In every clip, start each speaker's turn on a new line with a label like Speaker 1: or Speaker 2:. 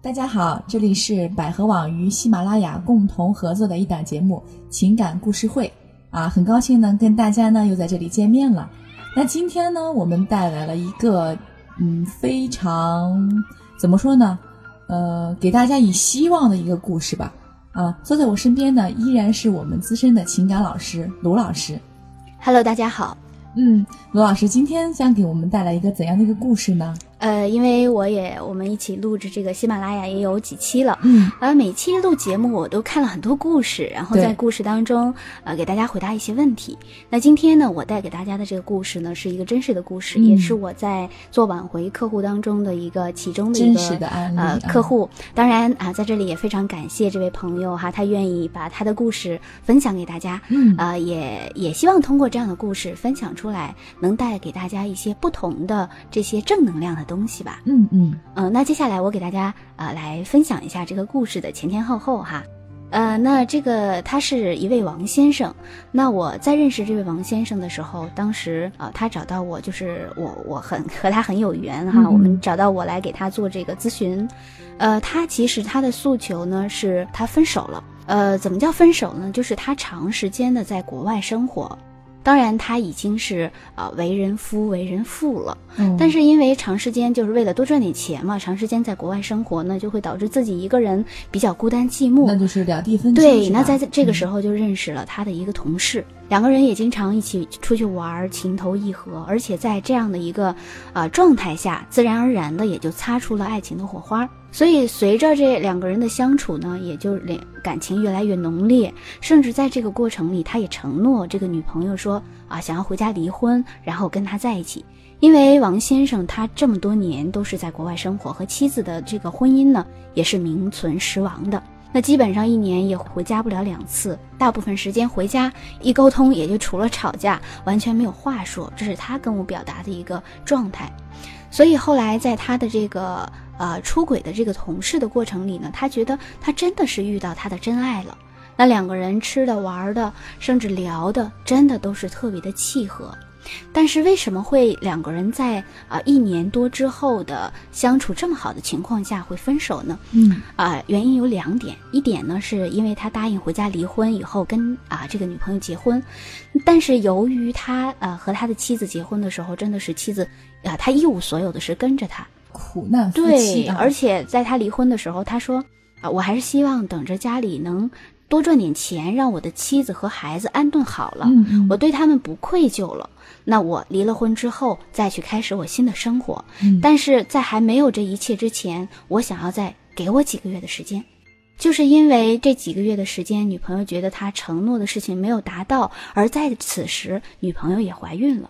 Speaker 1: 大家好，这里是百合网与喜马拉雅共同合作的一档节目《情感故事会》啊，很高兴呢跟大家呢又在这里见面了。那今天呢，我们带来了一个嗯非常怎么说呢，呃，给大家以希望的一个故事吧。啊，坐在我身边呢依然是我们资深的情感老师卢老师。
Speaker 2: Hello，大家好。
Speaker 1: 嗯，卢老师今天将给我们带来一个怎样的一个故事呢？
Speaker 2: 呃，因为我也我们一起录制这个喜马拉雅也有几期了，
Speaker 1: 嗯，
Speaker 2: 呃，每期录节目我都看了很多故事，然后
Speaker 1: 对
Speaker 2: 在故事当中呃给大家回答一些问题。那今天呢，我带给大家的这个故事呢是一个真实的故事，
Speaker 1: 嗯
Speaker 2: 也是我在做挽回客户当中的一个其中的一
Speaker 1: 真
Speaker 2: 个
Speaker 1: 实的案例，
Speaker 2: 呃，
Speaker 1: 啊
Speaker 2: 客户，当然啊，在这里也非常感谢这位朋友哈，他愿意把他的故事分享给大家，
Speaker 1: 嗯
Speaker 2: 啊，也也希望通过这样的故事分享出来，能带给大家一些不同的这些正能量的东西吧。
Speaker 1: 嗯嗯。
Speaker 2: 嗯，那接下来我给大家啊来分享一下这个故事的前前后后哈。呃，那这个他是一位王先生。那我在认识这位王先生的时候，当时啊、呃他找到我，就是我我很和他很有缘哈。
Speaker 1: 嗯
Speaker 2: 我们找到我来给他做这个咨询。呃，他其实他的诉求呢是他分手了。呃，怎么叫分手呢？就是他长时间的在国外生活，当然他已经是呃为人夫为人父了。
Speaker 1: 嗯
Speaker 2: 但是因为长时间就是为了多赚点钱嘛，长时间在国外生活呢，就会导致自己一个人比较孤单寂
Speaker 1: 那
Speaker 2: 寞。
Speaker 1: 就是两地分居
Speaker 2: 对，
Speaker 1: 是吧
Speaker 2: 那在这个时
Speaker 1: 嗯
Speaker 2: 候就认识了他的一个同事，两个人也经常一起出去玩儿，情投意合，而且在这样的一个呃状态下，自然而然的也就擦出了爱情的火花儿。所以随着这两个人的相处呢，也就连感情越来越浓烈，甚至在这个过程里，他也承诺这个女朋友说啊，想要回家离婚，然后跟他在一起。因为王先生他这么多年都是在国外生活，和妻子的这个婚姻呢，也是名存实亡的。那基本上一年也回家不了两次，大部分时间回家一沟通，也就除了吵架，完全没有话说。这是他跟我表达的一个状态。所以后来在他的这个呃出轨的这个同事的过程里呢，他觉得他真的是遇到他的真爱了。那两个人吃的、玩的，甚至聊的，真的都是特别的契合。但是为什么会两个人在啊、呃一年多之后的相处这么好的情况下会分手呢？
Speaker 1: 嗯
Speaker 2: 啊、原因有两点，一点呢是因为他答应回家离婚以后跟啊、这个女朋友结婚，但是由于他呃和他的妻子结婚的时候，真的是妻子啊、他一无所有的是跟着他，
Speaker 1: 苦难夫妻
Speaker 2: 对，
Speaker 1: 啊，
Speaker 2: 而且在他离婚的时候，他说啊、我还是希望等着家里能多赚点钱，让我的妻子和孩子安顿好了，
Speaker 1: 嗯嗯
Speaker 2: 我对他们不愧疚了。那我离了婚之后再去开始我新的生活，
Speaker 1: 嗯
Speaker 2: 但是在还没有这一切之前，我想要再给我几个月的时间。就是因为这几个月的时间，女朋友觉得他承诺的事情没有达到，而在此时，女朋友也怀孕了，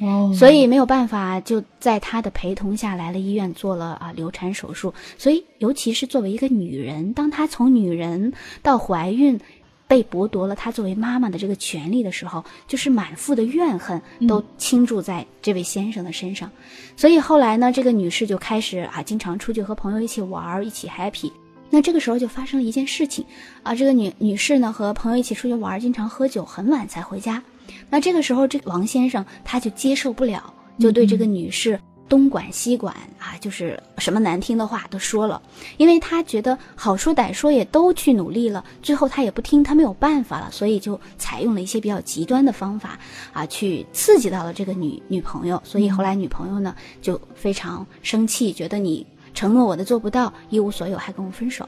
Speaker 1: 哦
Speaker 2: 所以没有办法，就在他的陪同下来了医院做了啊流产手术。所以，尤其是作为一个女人，当她从女人到怀孕，被剥夺了她作为妈妈的这个权利的时候，就是满腹的怨恨都倾注在这位先生的身上。所以后来呢，这个女士就开始啊，经常出去和朋友一起玩儿，一起 happy。那这个时候就发生了一件事情啊，这个女女士呢和朋友一起出去玩儿，经常喝酒，很晚才回家。那这个时候，这个王先生他就接受不了，就对这个女士东管西管啊，就是什么难听的话都说了，因为他觉得好说歹说也都去努力了，最后他也不听，他没有办法了，所以就采用了一些比较极端的方法啊，去刺激到了这个女女朋友，所以后来女朋友呢就非常生气，觉得你承诺我的做不到，一无所有还跟我分手。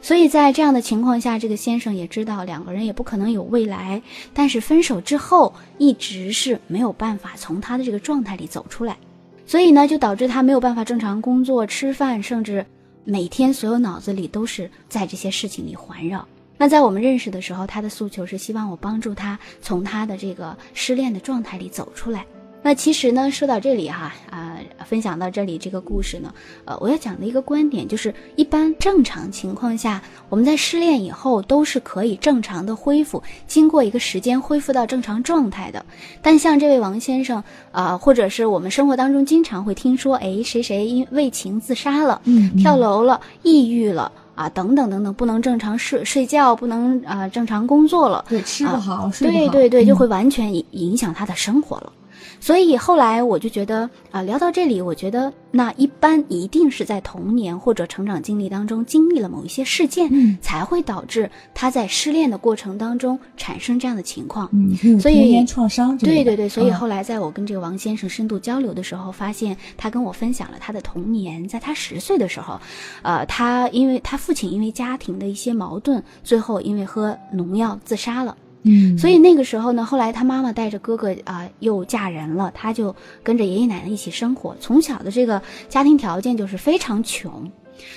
Speaker 2: 所以在这样的情况下，这个先生也知道两个人也不可能有未来，但是分手之后一直是没有办法从他的这个状态里走出来，所以呢，就导致他没有办法正常工作、吃饭，甚至每天所有脑子里都是在这些事情里环绕。那在我们认识的时候，他的诉求是希望我帮助他从他的这个失恋的状态里走出来。那其实呢，说到这里哈、啊，分享到这里这个故事呢，呃，我要讲的一个观点就是，一般正常情况下，我们在失恋以后都是可以正常的恢复，经过一个时间恢复到正常状态的。但像这位王先生，啊，或者是我们生活当中经常会听说，哎，谁谁因为情自杀了，
Speaker 1: 嗯
Speaker 2: 跳楼了、抑郁了啊，等等等等，不能正常睡睡觉，不能啊、正常工作了，
Speaker 1: 对吃不好睡不
Speaker 2: 对
Speaker 1: 好
Speaker 2: 对对，就
Speaker 1: 嗯
Speaker 2: 会完全影影响他的生活了。所以后来我就觉得啊、聊到这里，我觉得那一般一定是在童年或者成长经历当中经历了某一些事件，
Speaker 1: 嗯
Speaker 2: 才会导致他在失恋的过程当中产生这样的情况。
Speaker 1: 嗯，会有
Speaker 2: 所
Speaker 1: 童
Speaker 2: 以
Speaker 1: 年创伤之类
Speaker 2: 对
Speaker 1: 的，
Speaker 2: 对对，所以
Speaker 1: 啊
Speaker 2: 后来在我跟这个王先生深度交流的时候，发现他跟我分享了他的童年，在他十岁的时候，呃，他因为他父亲因为家庭的一些矛盾，最后因为喝农药自杀了。
Speaker 1: 嗯，
Speaker 2: 所以那个时候呢，后来他妈妈带着哥哥啊、又嫁人了，他就跟着爷爷奶奶一起生活。从小的这个家庭条件就是非常穷，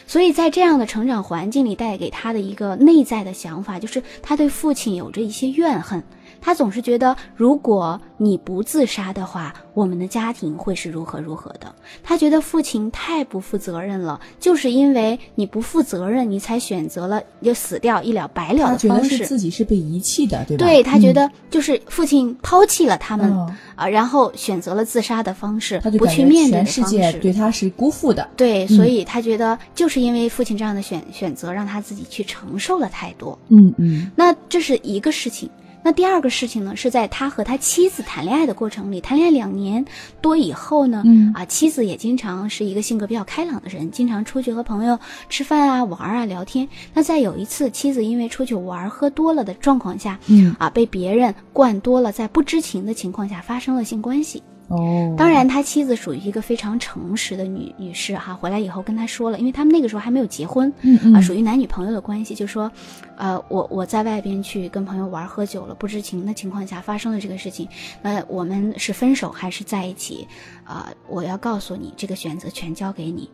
Speaker 2: 所以在这样的成长环境里，带给他的一个内在的想法就是，他对父亲有着一些怨恨。他总是觉得，如果你不自杀的话，我们的家庭会是如何如何的。他觉得父亲太不负责任了，就是因为你不负责任，你才选择了就死掉一了百了
Speaker 1: 他
Speaker 2: 的
Speaker 1: 觉
Speaker 2: 方
Speaker 1: 得
Speaker 2: 式。
Speaker 1: 是自己是被遗弃的，对吧？
Speaker 2: 对他觉
Speaker 1: 嗯
Speaker 2: 得就是父亲抛弃了他们啊、
Speaker 1: 嗯
Speaker 2: 然后选择了自杀的方式
Speaker 1: 他，就
Speaker 2: 不
Speaker 1: 感
Speaker 2: 去
Speaker 1: 觉
Speaker 2: 面对
Speaker 1: 全
Speaker 2: 的
Speaker 1: 世
Speaker 2: 方
Speaker 1: 界
Speaker 2: 式。
Speaker 1: 对他是辜负的，
Speaker 2: 对，
Speaker 1: 嗯
Speaker 2: 所以他觉得就是因为父亲这样的选选择，让他自己去承受了太多。
Speaker 1: 嗯嗯
Speaker 2: 那这是一个事情。那第二个事情呢，是在他和他妻子谈恋爱的过程里，谈恋爱两年多以后呢，
Speaker 1: 嗯
Speaker 2: 啊，妻子也经常是一个性格比较开朗的人，经常出去和朋友吃饭啊、玩啊、聊天。那在有一次，妻子因为出去玩儿喝多了的状况下，
Speaker 1: 嗯
Speaker 2: 啊，被别人灌多了，在不知情的情况下发生了性关系。
Speaker 1: 哦，
Speaker 2: 当然，他妻子属于一个非常诚实的女女士哈，回来以后跟他说了，因为他们那个时候还没有结婚，
Speaker 1: 嗯嗯
Speaker 2: 啊，属于男女朋友的关系，就说，呃，我我在外边去跟朋友玩喝酒了，不知情的情况下发生了这个事情，那我们是分手还是在一起？啊、我要告诉你，这个选择全交给你。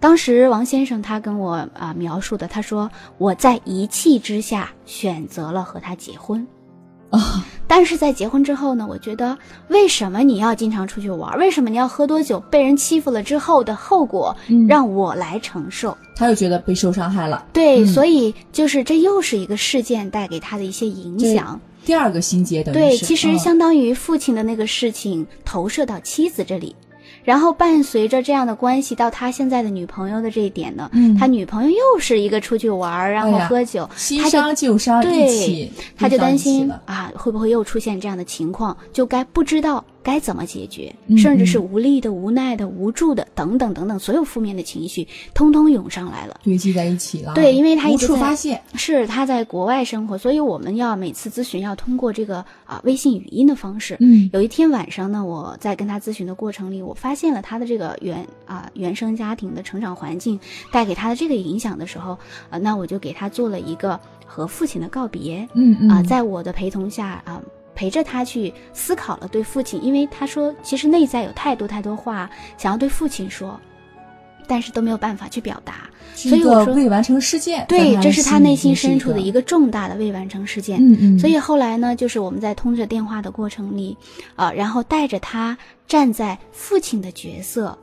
Speaker 2: 当时王先生他跟我啊、呃描述的，他说我在一气之下选择了和他结婚。
Speaker 1: 啊
Speaker 2: 但是在结婚之后呢，我觉得为什么你要经常出去玩？为什么你要喝多酒？被人欺负了之后的后果，
Speaker 1: 嗯
Speaker 2: 让我来承受。
Speaker 1: 他又觉得被受伤害了。
Speaker 2: 对，
Speaker 1: 嗯
Speaker 2: 所以就是这又是一个事件带给他的一些影响。
Speaker 1: 第二个心结等于
Speaker 2: 对，
Speaker 1: 是
Speaker 2: 其实
Speaker 1: 嗯
Speaker 2: 相当于父亲的那个事情投射到妻子这里，然后伴随着这样的关系到他现在的女朋友的这一点呢，
Speaker 1: 嗯
Speaker 2: 他女朋友又是一个出去玩儿，然后
Speaker 1: 哎呀
Speaker 2: 喝酒，
Speaker 1: 新
Speaker 2: 他就
Speaker 1: 伤旧伤
Speaker 2: 对
Speaker 1: 一起，
Speaker 2: 他
Speaker 1: 堆
Speaker 2: 就
Speaker 1: 到一
Speaker 2: 担
Speaker 1: 起
Speaker 2: 心
Speaker 1: 了
Speaker 2: 啊，会不会又出现这样的情况？就该不知道该怎么解决，
Speaker 1: 嗯
Speaker 2: 甚至是无力的、无奈的、无助的等等等等，所有负面的情绪通通涌上来了。
Speaker 1: 堆积在一起了。
Speaker 2: 对因为他一
Speaker 1: 无
Speaker 2: 直
Speaker 1: 处
Speaker 2: 在
Speaker 1: 发泄，
Speaker 2: 是他在国外生活，所以我们要每次咨询要通过这个啊微信语音的方式。
Speaker 1: 嗯
Speaker 2: 有一天晚上呢，我在跟他咨询的过程里，我发现了他的这个原啊、原生家庭的成长环境带给他的这个影响的时候，啊，那我就给他做了一个和父亲的告别。
Speaker 1: 嗯嗯
Speaker 2: 啊、在我的陪同下啊、陪着他去思考了对父亲，因为他说其实内在有太多太多话想要对父亲说，但是都没有办法去表达。
Speaker 1: 是
Speaker 2: 所
Speaker 1: 一
Speaker 2: 以我
Speaker 1: 个
Speaker 2: 说
Speaker 1: 未完成事件，
Speaker 2: 对，
Speaker 1: 在
Speaker 2: 这是他内心深
Speaker 1: 心
Speaker 2: 处的一
Speaker 1: 个，
Speaker 2: 个重大的未完成事件。
Speaker 1: 嗯嗯，
Speaker 2: 所以后来呢，就是我们在通着电话的过程里，啊、然后带着他站在父亲的角色，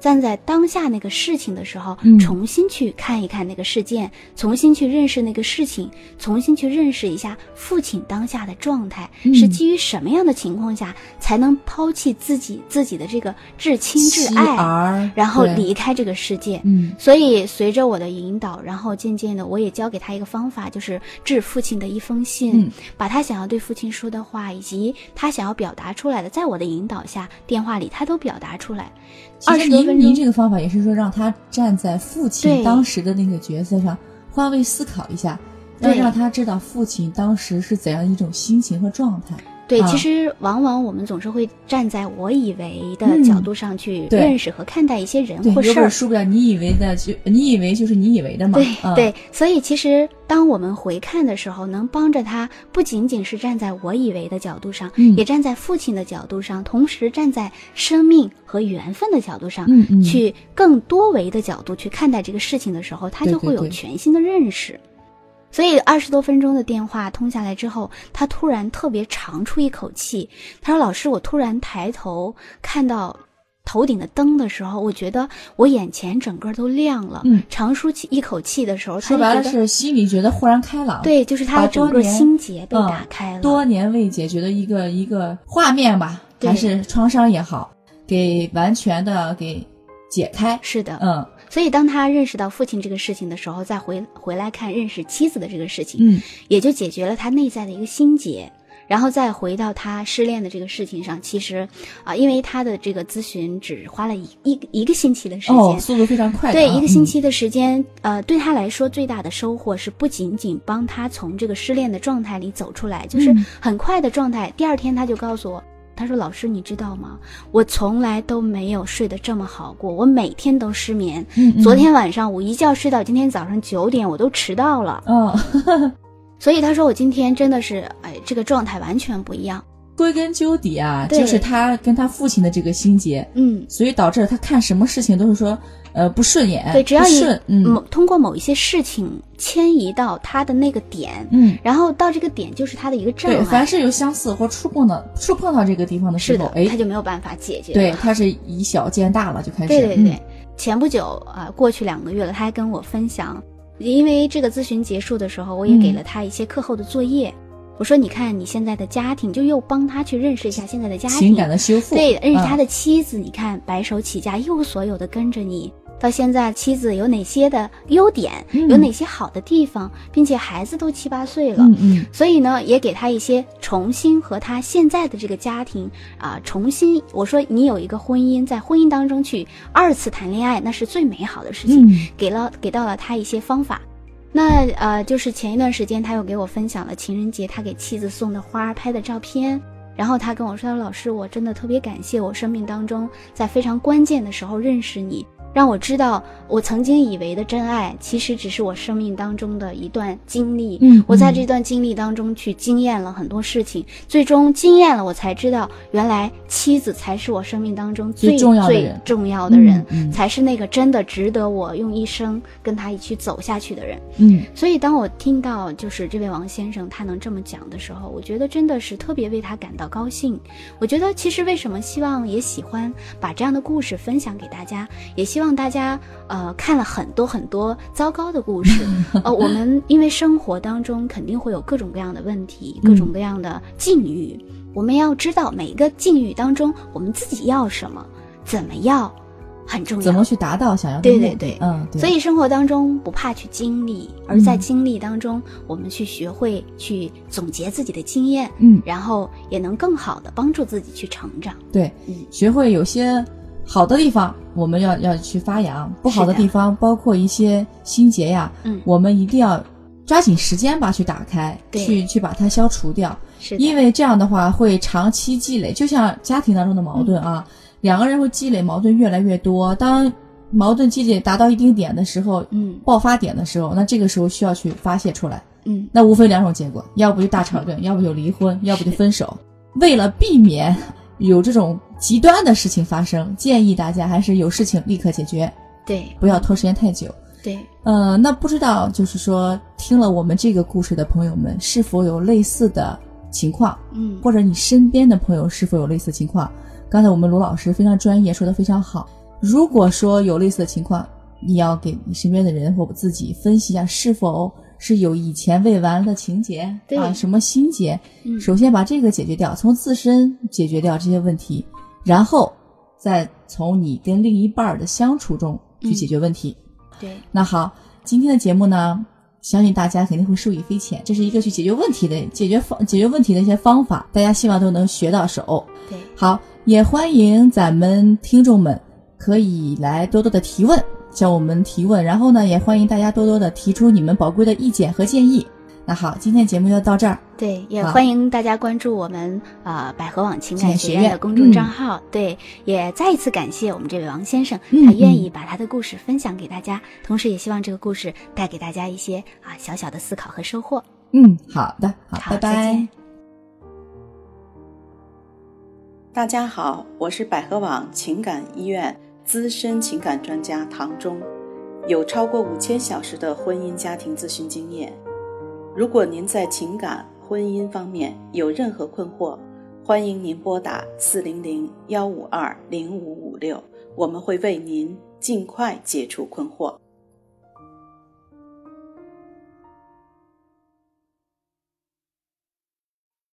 Speaker 2: 站在当下那个事情的时候，
Speaker 1: 嗯
Speaker 2: 重新去看一看那个事件，重新去认识那个事情，重新去认识一下父亲当下的状态，
Speaker 1: 嗯
Speaker 2: 是基于什么样的情况下才能抛弃自己自己的这个至亲至
Speaker 1: 妻
Speaker 2: 爱，
Speaker 1: 儿，
Speaker 2: 然后
Speaker 1: 对，
Speaker 2: 离开这个世界。
Speaker 1: 嗯
Speaker 2: 所以随着我的引导，然后渐渐的我也教给他一个方法，就是致父亲的一封信，
Speaker 1: 嗯
Speaker 2: 把他想要对父亲说的话，以及他想要表达出来的，在我的引导下，电话里他都表达出来。
Speaker 1: 其
Speaker 2: 二
Speaker 1: 实
Speaker 2: 十多
Speaker 1: 您
Speaker 2: 分
Speaker 1: 您
Speaker 2: 钟，
Speaker 1: 这个方法也是说让他站在父亲
Speaker 2: 对
Speaker 1: 当时的那个角色上，换位思考一下，要
Speaker 2: 对
Speaker 1: 让他知道父亲当时是怎样一种心情和状态。
Speaker 2: 对，
Speaker 1: 啊
Speaker 2: 其实往往我们总是会站在我以为的
Speaker 1: 嗯
Speaker 2: 角度上去
Speaker 1: 对
Speaker 2: 认识和看待一些人
Speaker 1: 对，
Speaker 2: 或
Speaker 1: 有
Speaker 2: 事
Speaker 1: 本
Speaker 2: 儿。
Speaker 1: 书叫《你以为的就你以为就是你以为的嘛》
Speaker 2: 对
Speaker 1: 嗯、
Speaker 2: 对，所以其实当我们回看的时候，能帮着他不仅仅是站在我以为的角度上，
Speaker 1: 嗯
Speaker 2: 也站在父亲的角度上，同时站在生命和缘分的角度上，
Speaker 1: 嗯嗯，
Speaker 2: 去更多维的角度去看待这个事情的时候，他
Speaker 1: 对
Speaker 2: 就
Speaker 1: 对
Speaker 2: 会有
Speaker 1: 对
Speaker 2: 全新的认识。所以二十多分钟的电话通下来之后，他突然特别长出一口气，他说：“老师，我突然抬头看到头顶的灯的时候，我觉得我眼前整个都亮了。
Speaker 1: 嗯
Speaker 2: 长舒气一口气的时候，他
Speaker 1: 说
Speaker 2: 就
Speaker 1: 白了
Speaker 2: 觉得
Speaker 1: 是心里觉得豁然开朗，，
Speaker 2: 对，就是他
Speaker 1: 把
Speaker 2: 的
Speaker 1: 多
Speaker 2: 整个
Speaker 1: 年
Speaker 2: 心结被
Speaker 1: 嗯
Speaker 2: 打开了。
Speaker 1: 多年未解决的一个一个画面吧，
Speaker 2: 对
Speaker 1: 还是创伤也好，给完全的给解开。
Speaker 2: 是的，
Speaker 1: 嗯
Speaker 2: 所以当他认识到父亲这个事情的时候，再回回来看认识妻子的这个事情，
Speaker 1: 嗯
Speaker 2: 也就解决了他内在的一个心结。然后再回到他失恋的这个事情上，其实啊、因为他的这个咨询只花了一一一个星期的时间，
Speaker 1: 哦，速度非常快的啊，
Speaker 2: 对，一个星
Speaker 1: 嗯
Speaker 2: 期的时间，呃，对他来说最大的收获是不仅仅帮他从这个失恋的状态里走出来，就是
Speaker 1: 嗯
Speaker 2: 很快的状态。第二天他就告诉我，他说：“老师，你知道吗？我从来都没有睡得这么好过，我每天都失眠。
Speaker 1: 嗯，嗯
Speaker 2: 昨天晚上我一觉睡到今天早上九点，我都迟到了。
Speaker 1: 哦，
Speaker 2: 所以他说我今天真的是，哎，这个状态完全不一样。
Speaker 1: 归根究底啊，
Speaker 2: 对
Speaker 1: 就是他跟他父亲的这个心结，
Speaker 2: 嗯。”
Speaker 1: 所以导致了他看什么事情都是说，呃，不顺眼，
Speaker 2: 对，只要
Speaker 1: 不
Speaker 2: 一
Speaker 1: 顺，嗯
Speaker 2: 某通过某一些事情迁移到他的那个点，
Speaker 1: 嗯，
Speaker 2: 然后到这个点就是他的一个障
Speaker 1: 对，
Speaker 2: 碍。
Speaker 1: 凡是有相似或触碰到触碰到这个地方的时
Speaker 2: 是
Speaker 1: 候
Speaker 2: 的，，
Speaker 1: 哎
Speaker 2: 他，就没有办法解决了。
Speaker 1: 对，他是以小见大了，就开始，
Speaker 2: 对对
Speaker 1: 嗯
Speaker 2: 对，前不久啊、呃过去两个月了，他还跟我分享，因为这个咨询结束的时候，我也
Speaker 1: 嗯
Speaker 2: 给了他一些课后的作业。我说，你看你现在的家庭，就又帮他去认识一下现在的家庭，
Speaker 1: 情感的嗯修复，
Speaker 2: 对，认识他
Speaker 1: 的，
Speaker 2: 的妻子。你看白手起家，又所有的跟着你。到现在，妻子有哪些的优点，
Speaker 1: 嗯
Speaker 2: 有哪些好的地方，并且孩子都七八岁了，
Speaker 1: 嗯嗯，
Speaker 2: 所以呢，也给他一些重新和他现在的这个家庭啊、重新我说你有一个婚姻，在婚姻当中去二次谈恋爱，那是最美好的事情。
Speaker 1: 嗯
Speaker 2: 给了给到了他一些方法。那呃，就是前一段时间他又给我分享了情人节他给妻子送的花拍的照片，然后他跟我说：“老师，我真的特别感谢我生命当中在非常关键的时候认识你，让我知道我曾经以为的真爱，其实只是我生命当中的一段经历。
Speaker 1: 嗯
Speaker 2: 我在这段经历当中去经验了很多事情，最终惊艳了我才知道，原来妻子才是我生命当中
Speaker 1: 最
Speaker 2: 最
Speaker 1: 重要的
Speaker 2: 最
Speaker 1: 人
Speaker 2: 重要的人，
Speaker 1: 嗯嗯
Speaker 2: 才是那个真的值得我用一生跟他一起走下去的人。
Speaker 1: 嗯，
Speaker 2: 所以，当我听到就是这位王先生他能这么讲的时候，我觉得真的是特别为他感到高兴。我觉得其实为什么希望也喜欢把这样的故事分享给大家，也希望大家呃看了很多很多糟糕的故事，呃，我们因为生活当中肯定会有各种各样的问题，各种各样的境遇，我们要知道每一个境遇当中我们自己要什么，怎么要，很重要。
Speaker 1: 怎么去达到想要的
Speaker 2: 对
Speaker 1: 目的，
Speaker 2: 对对
Speaker 1: 嗯，对
Speaker 2: 所以生活当中不怕去经历，而在
Speaker 1: 嗯
Speaker 2: 经历当中，我们去学会去总结自己的经验，
Speaker 1: 嗯
Speaker 2: 然后也能更好的帮助自己去成长。
Speaker 1: 对
Speaker 2: 嗯，
Speaker 1: 学会有些好的地方，我们要要去发扬；不好的
Speaker 2: 是的
Speaker 1: 地方，包括一些心结呀，
Speaker 2: 嗯
Speaker 1: 我们一定要抓紧时间吧，去打开，
Speaker 2: 对
Speaker 1: 去去把它消除掉，
Speaker 2: 是的，
Speaker 1: 因为这样的话会长期积累，就像家庭当中的矛盾啊，
Speaker 2: 嗯
Speaker 1: 两个人会积累矛盾越来越多，当矛盾积累达到一定点的时候。
Speaker 2: 嗯
Speaker 1: 爆发点的时候，那这个时候需要去发泄出来，
Speaker 2: 嗯，
Speaker 1: 那无非两种结果，要不就大吵一顿，要不就离婚，要不就分手。为了避免有这种极端的事情发生，建议大家还是有事情立刻解决，
Speaker 2: 对
Speaker 1: 不要拖时间太久。
Speaker 2: 对，
Speaker 1: 呃，那不知道就是说听了我们这个故事的朋友们，是否有类似的情况，
Speaker 2: 嗯，
Speaker 1: 或者你身边的朋友是否有类似情况？刚才我们卢老师非常专业，说的非常好。如果说有类似的情况，你要给你身边的人或自己分析一下，是否是有以前未完的情节
Speaker 2: 对
Speaker 1: 啊，什么心结？
Speaker 2: 嗯
Speaker 1: 首先把这个解决掉，从自身解决掉这些问题，然后再从你跟另一半儿的相处中去解决问题。
Speaker 2: 对，
Speaker 1: 那好，今天的节目呢，相信大家肯定会受益匪浅。这是一个去解决问题的解决方解决问题的一些方法，大家希望都能学到手。
Speaker 2: 对，
Speaker 1: 好，也欢迎咱们听众们可以来多多的提问，向我们提问。然后呢，也欢迎大家多多的提出你们宝贵的意见和建议。那好，今天节目就到这儿。
Speaker 2: 对，也
Speaker 1: 好
Speaker 2: 欢迎大家关注我们呃百合网情
Speaker 1: 情感
Speaker 2: 感
Speaker 1: 学
Speaker 2: 学院
Speaker 1: 院
Speaker 2: 的公众
Speaker 1: 嗯
Speaker 2: 账号。对，也再一次感谢我们这位王先生，
Speaker 1: 嗯
Speaker 2: 他
Speaker 1: 嗯
Speaker 2: 愿意把他的故事分享给大家，同时也希望这个故事带给大家一些啊小小的思考和收获。
Speaker 1: 嗯，好的，好，
Speaker 2: 好
Speaker 1: 拜
Speaker 2: 再
Speaker 1: 拜
Speaker 2: 见。
Speaker 3: 大家好，我是百合网情感医院资深情感专家唐忠，有超过五千小时的婚姻家庭咨询经验。如果您在情感、婚姻方面有任何困惑，欢迎您拨打四零零幺五二零五五六，我们会为您尽快解除困惑。